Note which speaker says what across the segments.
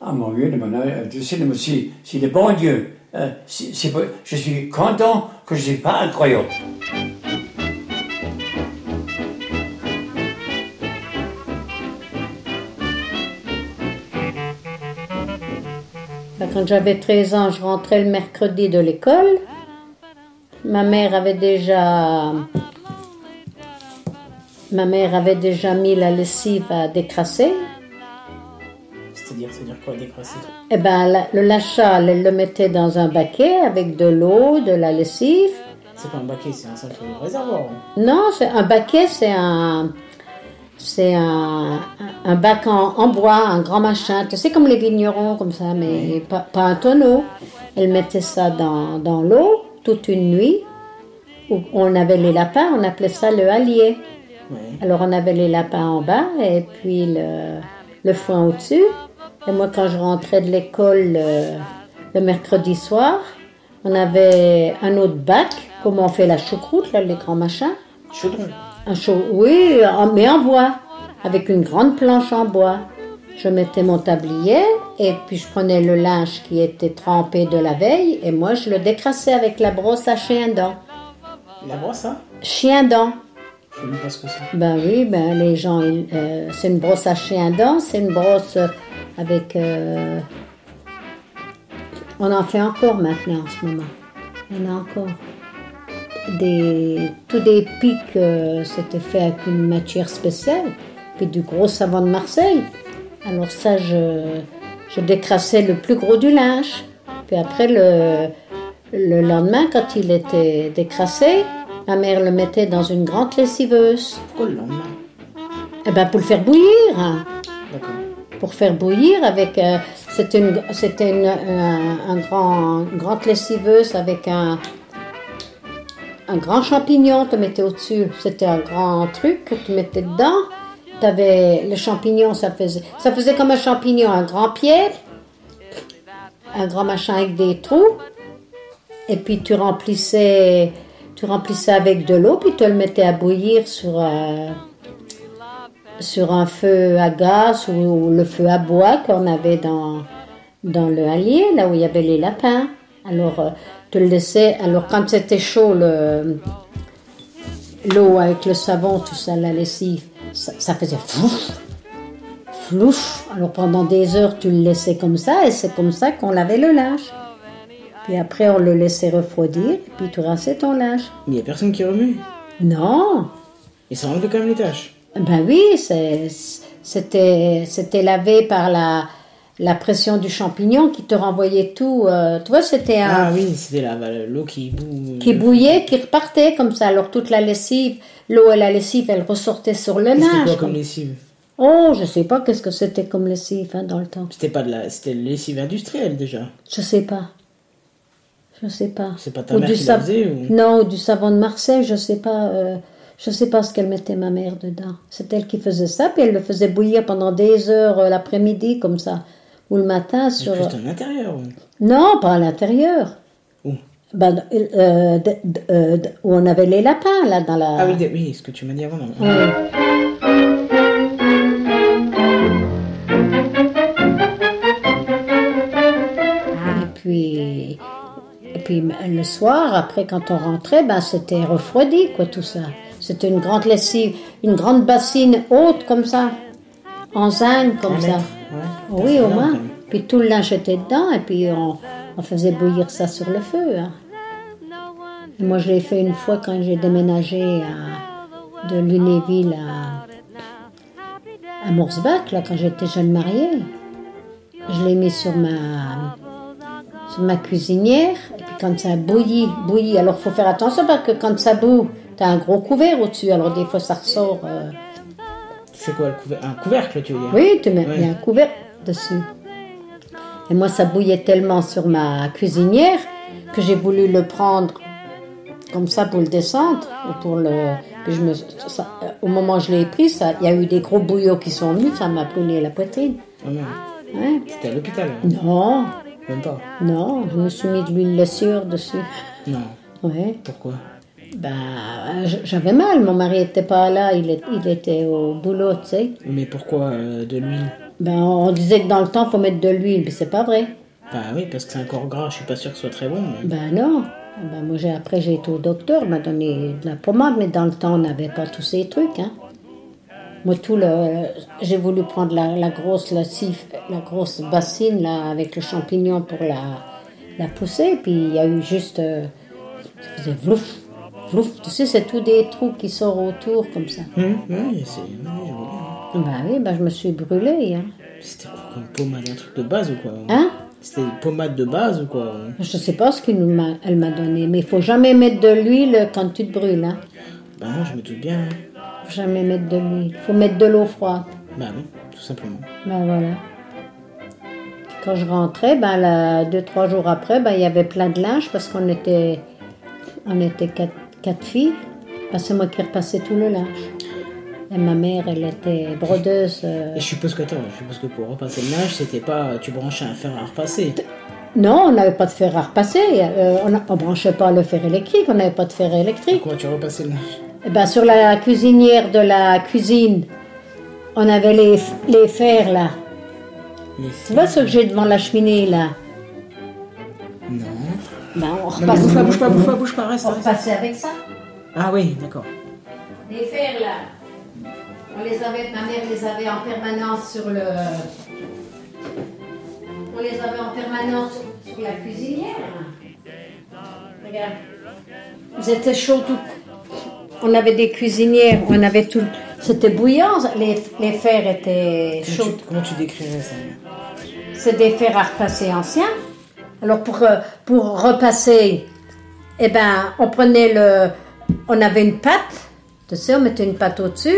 Speaker 1: Ah mon Dieu, Dieu c'est le si, si le bon Dieu. euh, si- si- je suis content que je ne suis pas un croyant.
Speaker 2: Ben, Quand j'avais 13 ans, je rentrais le mercredi de l'école. Ma mère avait déjà. Ma mère avait déjà mis la lessive à décrasser.
Speaker 3: C'est-à-dire, c'est-à-dire quoi, décrasser
Speaker 2: Eh ben, la- le lachal, elle le mettait dans un baquet avec de l'eau, de la lessive.
Speaker 3: C'est pas un baquet, c'est un simple réservoir. hein.
Speaker 2: Non, c'est un baquet, c'est un. C'est un, un bac en, en bois, un grand machin. Tu sais, comme les vignerons, comme ça, mais pas, pas un tonneau. Elle mettait ça dans, dans l'eau toute une nuit. Où on avait les lapins, on appelait ça le hallier.
Speaker 3: Ouais.
Speaker 2: Alors, on avait les lapins en bas et puis le, le foin au-dessus. Et moi, quand je rentrais de l'école le, le mercredi soir, on avait un autre bac, comment on fait la choucroute, là, les grands machins.
Speaker 3: Chaudron.
Speaker 2: Un chau- oui, en- mais en bois, avec une grande planche en bois. Je mettais mon tablier et puis je prenais le linge qui était trempé de la veille et moi je le décrassais avec la brosse à chien-dent.
Speaker 3: La brosse, hein
Speaker 2: Chien-dent.
Speaker 3: Je sais même pas ce que c'est.
Speaker 2: Ben oui, ben les gens, ils- euh, c'est une brosse à chien-dent, c'est une brosse avec. euh, on en fait encore maintenant en ce moment. On a encore. Des, tous des pics, euh, c'était fait avec une matière spéciale, puis du gros savon de Marseille. Alors ça, je, je décrassais le plus gros du linge. Puis après, le, le lendemain, quand il était décrassé, ma mère le mettait dans une grande lessiveuse.
Speaker 3: Pourquoi le lendemain
Speaker 2: Eh ben, pour le faire bouillir. hein.
Speaker 3: D'accord.
Speaker 2: Pour faire bouillir avec. euh, c'était une, c'était une- un, un grand, une grande lessiveuse avec un, un grand champignon que tu mettais au-dessus. C'était un grand truc que tu mettais dedans. T'avais le champignon, ça faisait, ça faisait comme un champignon, un grand pied, un grand machin avec des trous. Et puis tu remplissais, tu remplissais avec de l'eau, puis tu le mettais à bouillir sur. euh, sur un feu à gaz ou, ou le feu à bois qu'on avait dans, dans le hallier, là où il y avait les lapins. Alors, euh, tu le laissais. Alors, quand c'était chaud, le, l'eau avec le savon, tout ça, la lessive, ça, ça faisait flouf, flouf. Alors, pendant des heures, tu le laissais comme ça et c'est comme ça qu'on lavait le linge. Puis après, on le laissait refroidir, puis tu rinçais ton linge.
Speaker 3: Mais y a personne qui remue.
Speaker 2: Non,
Speaker 3: Et ça enlevait quand même les tâches.
Speaker 2: ben oui, c'est- c'était c'était lavé par la, la pression du champignon qui te renvoyait tout. euh, tu vois, c'était un
Speaker 3: Ah oui, c'était la- bah, l'eau qui boue. euh,
Speaker 2: qui bouillait, qui repartait comme ça. Alors toute la lessive, l'eau et la lessive, elle ressortait sur le
Speaker 3: C'était
Speaker 2: linge.
Speaker 3: quoi comme lessive
Speaker 2: Oh, je sais pas qu'est-ce que c'était comme lessive hein, dans le temps.
Speaker 3: C'était pas de la. C'était de la lessive industrielle déjà.
Speaker 2: Je sais pas. Je sais pas.
Speaker 3: C'est pas ta mère qui la
Speaker 2: sav-
Speaker 3: faisait, ou-
Speaker 2: Non, ou du savon de Marseille, je sais pas. euh, je sais pas ce qu'elle mettait ma mère dedans. C'est elle qui faisait ça, puis elle le faisait bouillir pendant des heures euh, l'après-midi comme ça, ou le matin sur. euh,
Speaker 3: Juste en intérieur. oui.
Speaker 2: Non, pas à l'intérieur.
Speaker 3: Où
Speaker 2: Ben, euh, d- d- euh, d- où on avait les lapins là dans la.
Speaker 3: Ah oui, des- oui, ce que tu m'as dit avant. non.
Speaker 2: Ouais. Et puis, et puis le soir, après quand on rentrait, ben, c'était refroidi quoi tout ça. C'était une grande lessive, une grande bassine haute comme ça, en zinc comme
Speaker 3: Un
Speaker 2: ça.
Speaker 3: mètre, ouais.
Speaker 2: Oui,
Speaker 3: C'est
Speaker 2: au
Speaker 3: énorme, quand
Speaker 2: moins.
Speaker 3: même.
Speaker 2: Puis tout le linge était dedans et puis on, on faisait bouillir ça sur le feu. hein. Et moi, je l'ai fait une fois quand j'ai déménagé à- de Lunéville à, à Morsbach, là, quand j'étais jeune mariée. Je l'ai mis sur ma, sur ma cuisinière et puis quand ça bouillit, bouillit. Alors, faut faire attention parce que quand ça boue, t'as un gros couvert au-dessus. Alors, des fois, ça ressort. euh,
Speaker 3: C'est quoi le couvercle Un couvercle, tu veux dire
Speaker 2: oui, tu mets
Speaker 3: Ouais.
Speaker 2: il y a un couvert dessus. Et moi, ça bouillait tellement sur ma cuisinière que j'ai voulu le prendre comme ça pour le descendre. ou Pour le... puis je me- ça- euh, au moment où je l'ai pris, ça- il y a eu des gros bouillots qui sont venus, ça m'a brûlé la poitrine.
Speaker 3: Ah merde.
Speaker 2: Ouais.
Speaker 3: C'était à l'hôpital. hein.
Speaker 2: Non,
Speaker 3: Même pas.
Speaker 2: non, je me suis mis de l'huile de sciure dessus.
Speaker 3: Non.
Speaker 2: Ouais.
Speaker 3: Pourquoi
Speaker 2: Ben, j- j'avais mal, mon mari n'était pas là, il, est- il était au boulot, tu sais.
Speaker 3: Mais pourquoi euh, de l'huile
Speaker 2: Ben, on disait que dans le temps, faut mettre de l'huile, mais c'est pas vrai.
Speaker 3: Bah oui, parce que c'est un corps gras, je suis pas sûr que ce soit très bon. mais-
Speaker 2: Ben non. Ben moi, j'ai, après, j'ai été au docteur, il m'a donné de la pommade, mais dans le temps, on n'avait pas tous ces trucs. Hein. Moi, tout le, j'ai voulu prendre la, la grosse la, sif- la grosse bassine là, avec le champignon pour la, la pousser, puis il y a eu juste. euh, ça faisait vlouf, vlouf. Tu sais, c'est tous des trous qui sortent autour comme ça.
Speaker 3: Hum, oui, c'est. oui, je vois
Speaker 2: Ben oui, ben je me suis brûlée. Hein.
Speaker 3: bien. hein. C'était quoi comme pommade Un truc de base ou quoi
Speaker 2: Hein?
Speaker 3: C'était une pommade de base ou quoi
Speaker 2: Je sais pas ce qu'elle m'a, elle m'a donné, mais il faut jamais mettre de l'huile quand tu te brûles. Hein.
Speaker 3: Bah non, je me doute bien. hein.
Speaker 2: Faut jamais mettre de l'huile. Faut mettre de l'eau froide.
Speaker 3: Bah oui, tout simplement.
Speaker 2: Ben voilà. Quand je rentrais, ben là, deux, trois jours après, ben il y avait plein de linge parce qu'on était, on était quatre, quatre filles. Ben, c'est moi qui repassais tout le linge. Et ma mère, elle était brodeuse. euh.
Speaker 3: Et je suppose que, attends, je suppose que pour repasser le linge, c'était pas. euh, Tu branchais un fer à repasser.
Speaker 2: Non, on n'avait pas de fer à repasser. Euh, on, a- on branchait pas le fer électrique, on n'avait pas de fer électrique.
Speaker 3: Comment tu repassais le linge
Speaker 2: Eh ben, sur la cuisinière de la cuisine, on avait les, les fers là.
Speaker 3: Mais
Speaker 2: Tu vois ce que j'ai devant la cheminée là
Speaker 3: Non.
Speaker 2: Ben, on
Speaker 3: Non, mais
Speaker 2: repasse.
Speaker 3: bouge pas, bouge pas, bouge pas, bouge pas, reste,
Speaker 2: On
Speaker 3: reste.
Speaker 2: repassait avec ça.
Speaker 3: Ah oui, d'accord.
Speaker 2: Les fers là, on les avait, ma mère les avait en permanence sur le. On les avait en permanence sur, sur la cuisinière. Regarde. C'était chaud tout. On avait des cuisinières, on avait tout. C'était bouillant, les, les fers étaient
Speaker 3: Comment
Speaker 2: chauds.
Speaker 3: tu, comment tu décrirais ça
Speaker 2: c'est des fers à repasser anciens. Alors pour, euh, pour repasser, eh ben, on prenait le, on avait une pâte, tu sais, on mettait une pâte au-dessus,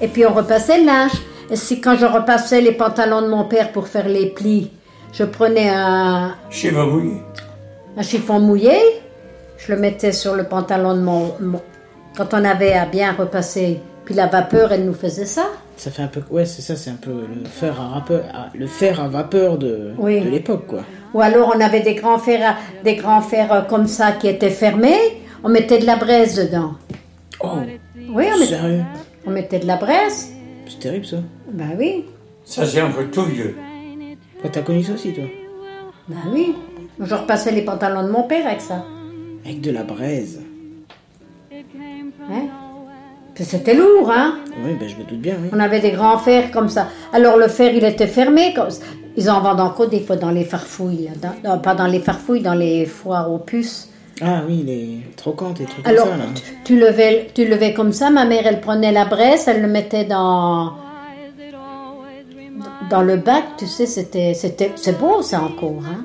Speaker 2: et puis on repassait le linge. Et si quand je repassais les pantalons de mon père pour faire les plis, je prenais un,
Speaker 1: Cheveux mouillés.
Speaker 2: un chiffon mouillé, je le mettais sur le pantalon de mon, mon- quand on avait à bien repasser. Puis la vapeur, elle nous faisait ça.
Speaker 3: Ça fait un peu. Ouais, c'est ça, c'est un peu le fer à, rapeur- à- le fer à vapeur de,
Speaker 2: Oui.
Speaker 3: de l'époque, quoi.
Speaker 2: Ou alors on avait des grands fers, à- des grands fers euh, comme ça qui étaient fermés. On mettait de la braise dedans.
Speaker 3: Oh
Speaker 2: Oui, on mettait,
Speaker 3: Sérieux
Speaker 2: on mettait de la braise.
Speaker 3: C'est terrible ça.
Speaker 2: Ben oui,
Speaker 1: Ça, c'est encore tout vieux.
Speaker 3: Toi, t'as connu ça aussi, toi
Speaker 2: ben oui. Je repassais les pantalons de mon père avec ça.
Speaker 3: Avec de la braise.
Speaker 2: Hein? Puis c'était lourd, hein.
Speaker 3: Oui, ben je me doute bien, oui.
Speaker 2: On avait des grands fers comme ça. Alors le fer, il était fermé. Comme... Ils en vendent encore des fois dans les farfouilles. là. Dans- non, pas dans les farfouilles, dans les foires aux puces.
Speaker 3: Ah oui, les trocantes et trucs
Speaker 2: Alors,
Speaker 3: comme ça, là.
Speaker 2: tu, tu levais, tu levais comme ça. Ma mère, elle prenait la braise, elle le mettait dans dans le bac. Tu sais, c'était, c'était, c'est beau ça encore. Hein?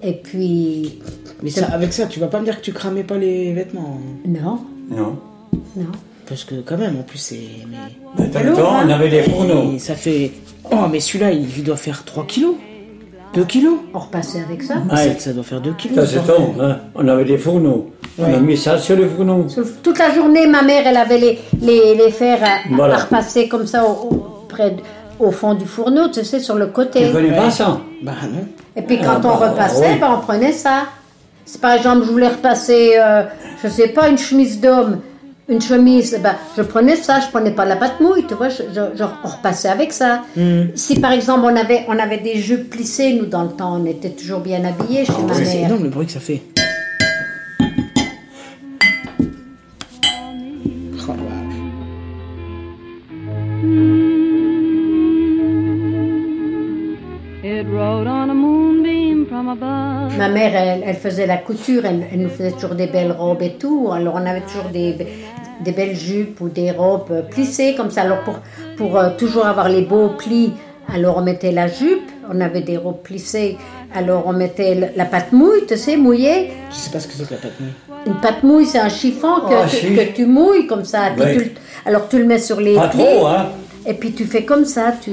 Speaker 2: Et puis,
Speaker 3: Mais ça, avec ça, tu vas pas me dire que tu cramais pas les vêtements. hein.
Speaker 2: non,
Speaker 1: Non.
Speaker 2: non.
Speaker 3: Parce que quand même, en plus, c'est. Mais...
Speaker 1: Mais Dans le
Speaker 2: Alors,
Speaker 1: temps,
Speaker 2: hein
Speaker 1: on avait des
Speaker 3: Et
Speaker 1: fourneaux.
Speaker 3: ça fait. Oh, mais celui-là, il doit faire 3 kilos 2 kilos
Speaker 2: On repassait avec ça.
Speaker 1: Ouais.
Speaker 3: ça, ça doit faire 2 kilos.
Speaker 1: Dans ce temps, hein, on avait des fourneaux. On a mis ça sur le fourneau.
Speaker 2: Sauf- Toute la journée, ma mère, elle avait les, les, les fers à, à
Speaker 1: Voilà.
Speaker 2: repasser comme ça au, au- près de- au fond du fourneau, tu sais, sur le
Speaker 1: Tu
Speaker 2: côté.
Speaker 1: connais pas ça
Speaker 3: Bah non.
Speaker 2: Et puis quand on
Speaker 1: bah,
Speaker 2: repassait,
Speaker 1: oui.
Speaker 2: ben, on prenait ça. Si par exemple, je voulais repasser, euh, je sais pas, une chemise d'homme, une chemise, ben, je prenais ça, je prenais pas la pâte mouille, tu vois, je, je- je- on repassait avec ça.
Speaker 1: Hmm.
Speaker 2: Si par exemple, on avait, on avait des jupes plissées, nous, dans le temps, on était toujours bien habillés chez
Speaker 1: Ah
Speaker 2: ma
Speaker 3: C'est
Speaker 2: mère.
Speaker 3: énorme le bruit que ça fait. Oh, la vache.
Speaker 4: It rode on a moonbeam from above.
Speaker 2: Ma mère, elle, elle faisait la couture, elle, elle nous faisait toujours des belles robes et tout. Alors on avait toujours des, be- des belles jupes ou des robes euh, plissées comme ça. Alors pour, pour euh, toujours avoir les beaux plis, alors on mettait la jupe, on avait des robes plissées, alors on mettait le- la pâte mouille, tu sais, mouillée.
Speaker 3: Je sais pas ce que c'est que la pâte mouille.
Speaker 2: Une pâte mouille, c'est un chiffon que,
Speaker 1: Ah,
Speaker 2: tu,
Speaker 1: si.
Speaker 2: que tu mouilles comme ça. Puis
Speaker 1: Oui.
Speaker 2: tu le- alors tu le mets sur les
Speaker 1: Pas
Speaker 2: plis.
Speaker 1: trop, hein
Speaker 2: Et puis tu fais comme ça, tu,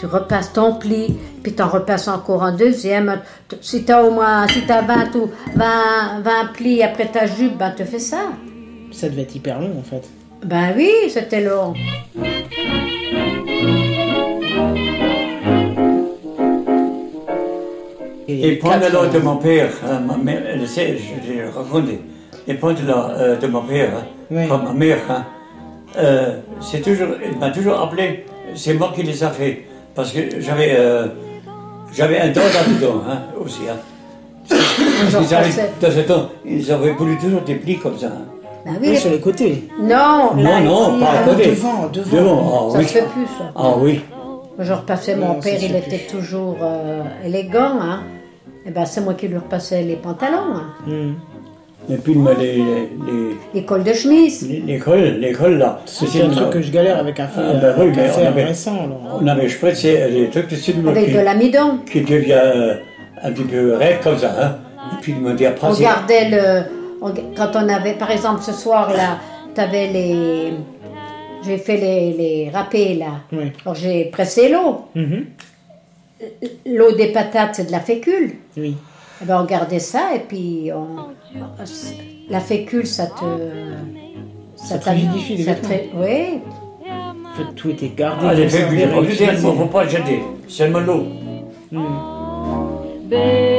Speaker 2: tu repasses ton pli, puis t'en repasses encore un deuxième. T- Si t'as au moins, si t'as 20, ou 20, 20 plis après ta jupe, ben tu fais ça.
Speaker 3: Ça devait être hyper long en fait.
Speaker 2: Ben oui, c'était long.
Speaker 1: Les pantalons
Speaker 3: quatre,
Speaker 1: de
Speaker 3: euh,
Speaker 1: mon père, hein, ma mère, elle sait, je l'ai raconté, les pantalons euh, de mon père, hein,
Speaker 3: Oui.
Speaker 1: comme ma mère, hein, euh, c'est toujours, elle m'a toujours appelé, c'est moi qui les a fait. parce que j'avais euh, j'avais un don dans le dos, hein, aussi. Hein. Parce
Speaker 2: J'en
Speaker 1: qu'ils avaient-
Speaker 2: pensais.
Speaker 1: dans ce temps, ils avaient voulu toujours des plis comme ça. hein.
Speaker 2: Bah
Speaker 3: Oui,
Speaker 2: oui.
Speaker 3: sur les côtés.
Speaker 2: Non,
Speaker 1: Non,
Speaker 2: là,
Speaker 1: non,
Speaker 2: ici,
Speaker 1: pas à
Speaker 2: euh,
Speaker 1: côté.
Speaker 3: devant, devant.
Speaker 1: ah
Speaker 2: Ça
Speaker 1: oui.
Speaker 2: se fait plus, ça.
Speaker 1: Ah oui.
Speaker 2: Quand Je repassais mon
Speaker 3: Non, ça
Speaker 2: père,
Speaker 3: se
Speaker 2: il
Speaker 3: fait
Speaker 2: était
Speaker 3: plus.
Speaker 2: toujours euh, élégant. Hein. Et ben, c'est moi qui lui repassais les pantalons, hein.
Speaker 1: Et puis mais les- les- les-
Speaker 2: les cols de chemise.
Speaker 1: les- l'école, l'école là.
Speaker 3: C'est un truc Ah, que je galère avec un fer,
Speaker 1: Ah, bah oui,
Speaker 3: avec un
Speaker 1: mais on
Speaker 3: fer
Speaker 1: avait-
Speaker 3: récent. alors.
Speaker 1: On avait spritzé des euh, trucs de style
Speaker 2: Avec
Speaker 1: qui,
Speaker 2: de l'amidon.
Speaker 1: qui devient euh, un petit peu raide comme ça. Hein. Et puis il m'a dit après,
Speaker 2: On
Speaker 1: c'est-
Speaker 2: gardait le. on- quand on avait, par exemple, ce soir-là, t'avais les. J'ai fait les, les râpés, là.
Speaker 3: Oui.
Speaker 2: Alors j'ai pressé l'eau.
Speaker 3: Mhm.
Speaker 2: L'eau des patates, c'est de la fécule.
Speaker 3: Oui.
Speaker 2: Eh ben, on gardait ça et puis on, la fécule, ça te.
Speaker 3: Ça rigidifie les
Speaker 2: ça
Speaker 3: vêtements.
Speaker 2: te- Oui.
Speaker 3: En fait, tout était gardé.
Speaker 1: Ah, les
Speaker 3: conservé,
Speaker 1: fécules, j'ai pas
Speaker 3: réutilisé.
Speaker 1: ne faut pas le jeter. C'est le l'eau.
Speaker 4: Baby,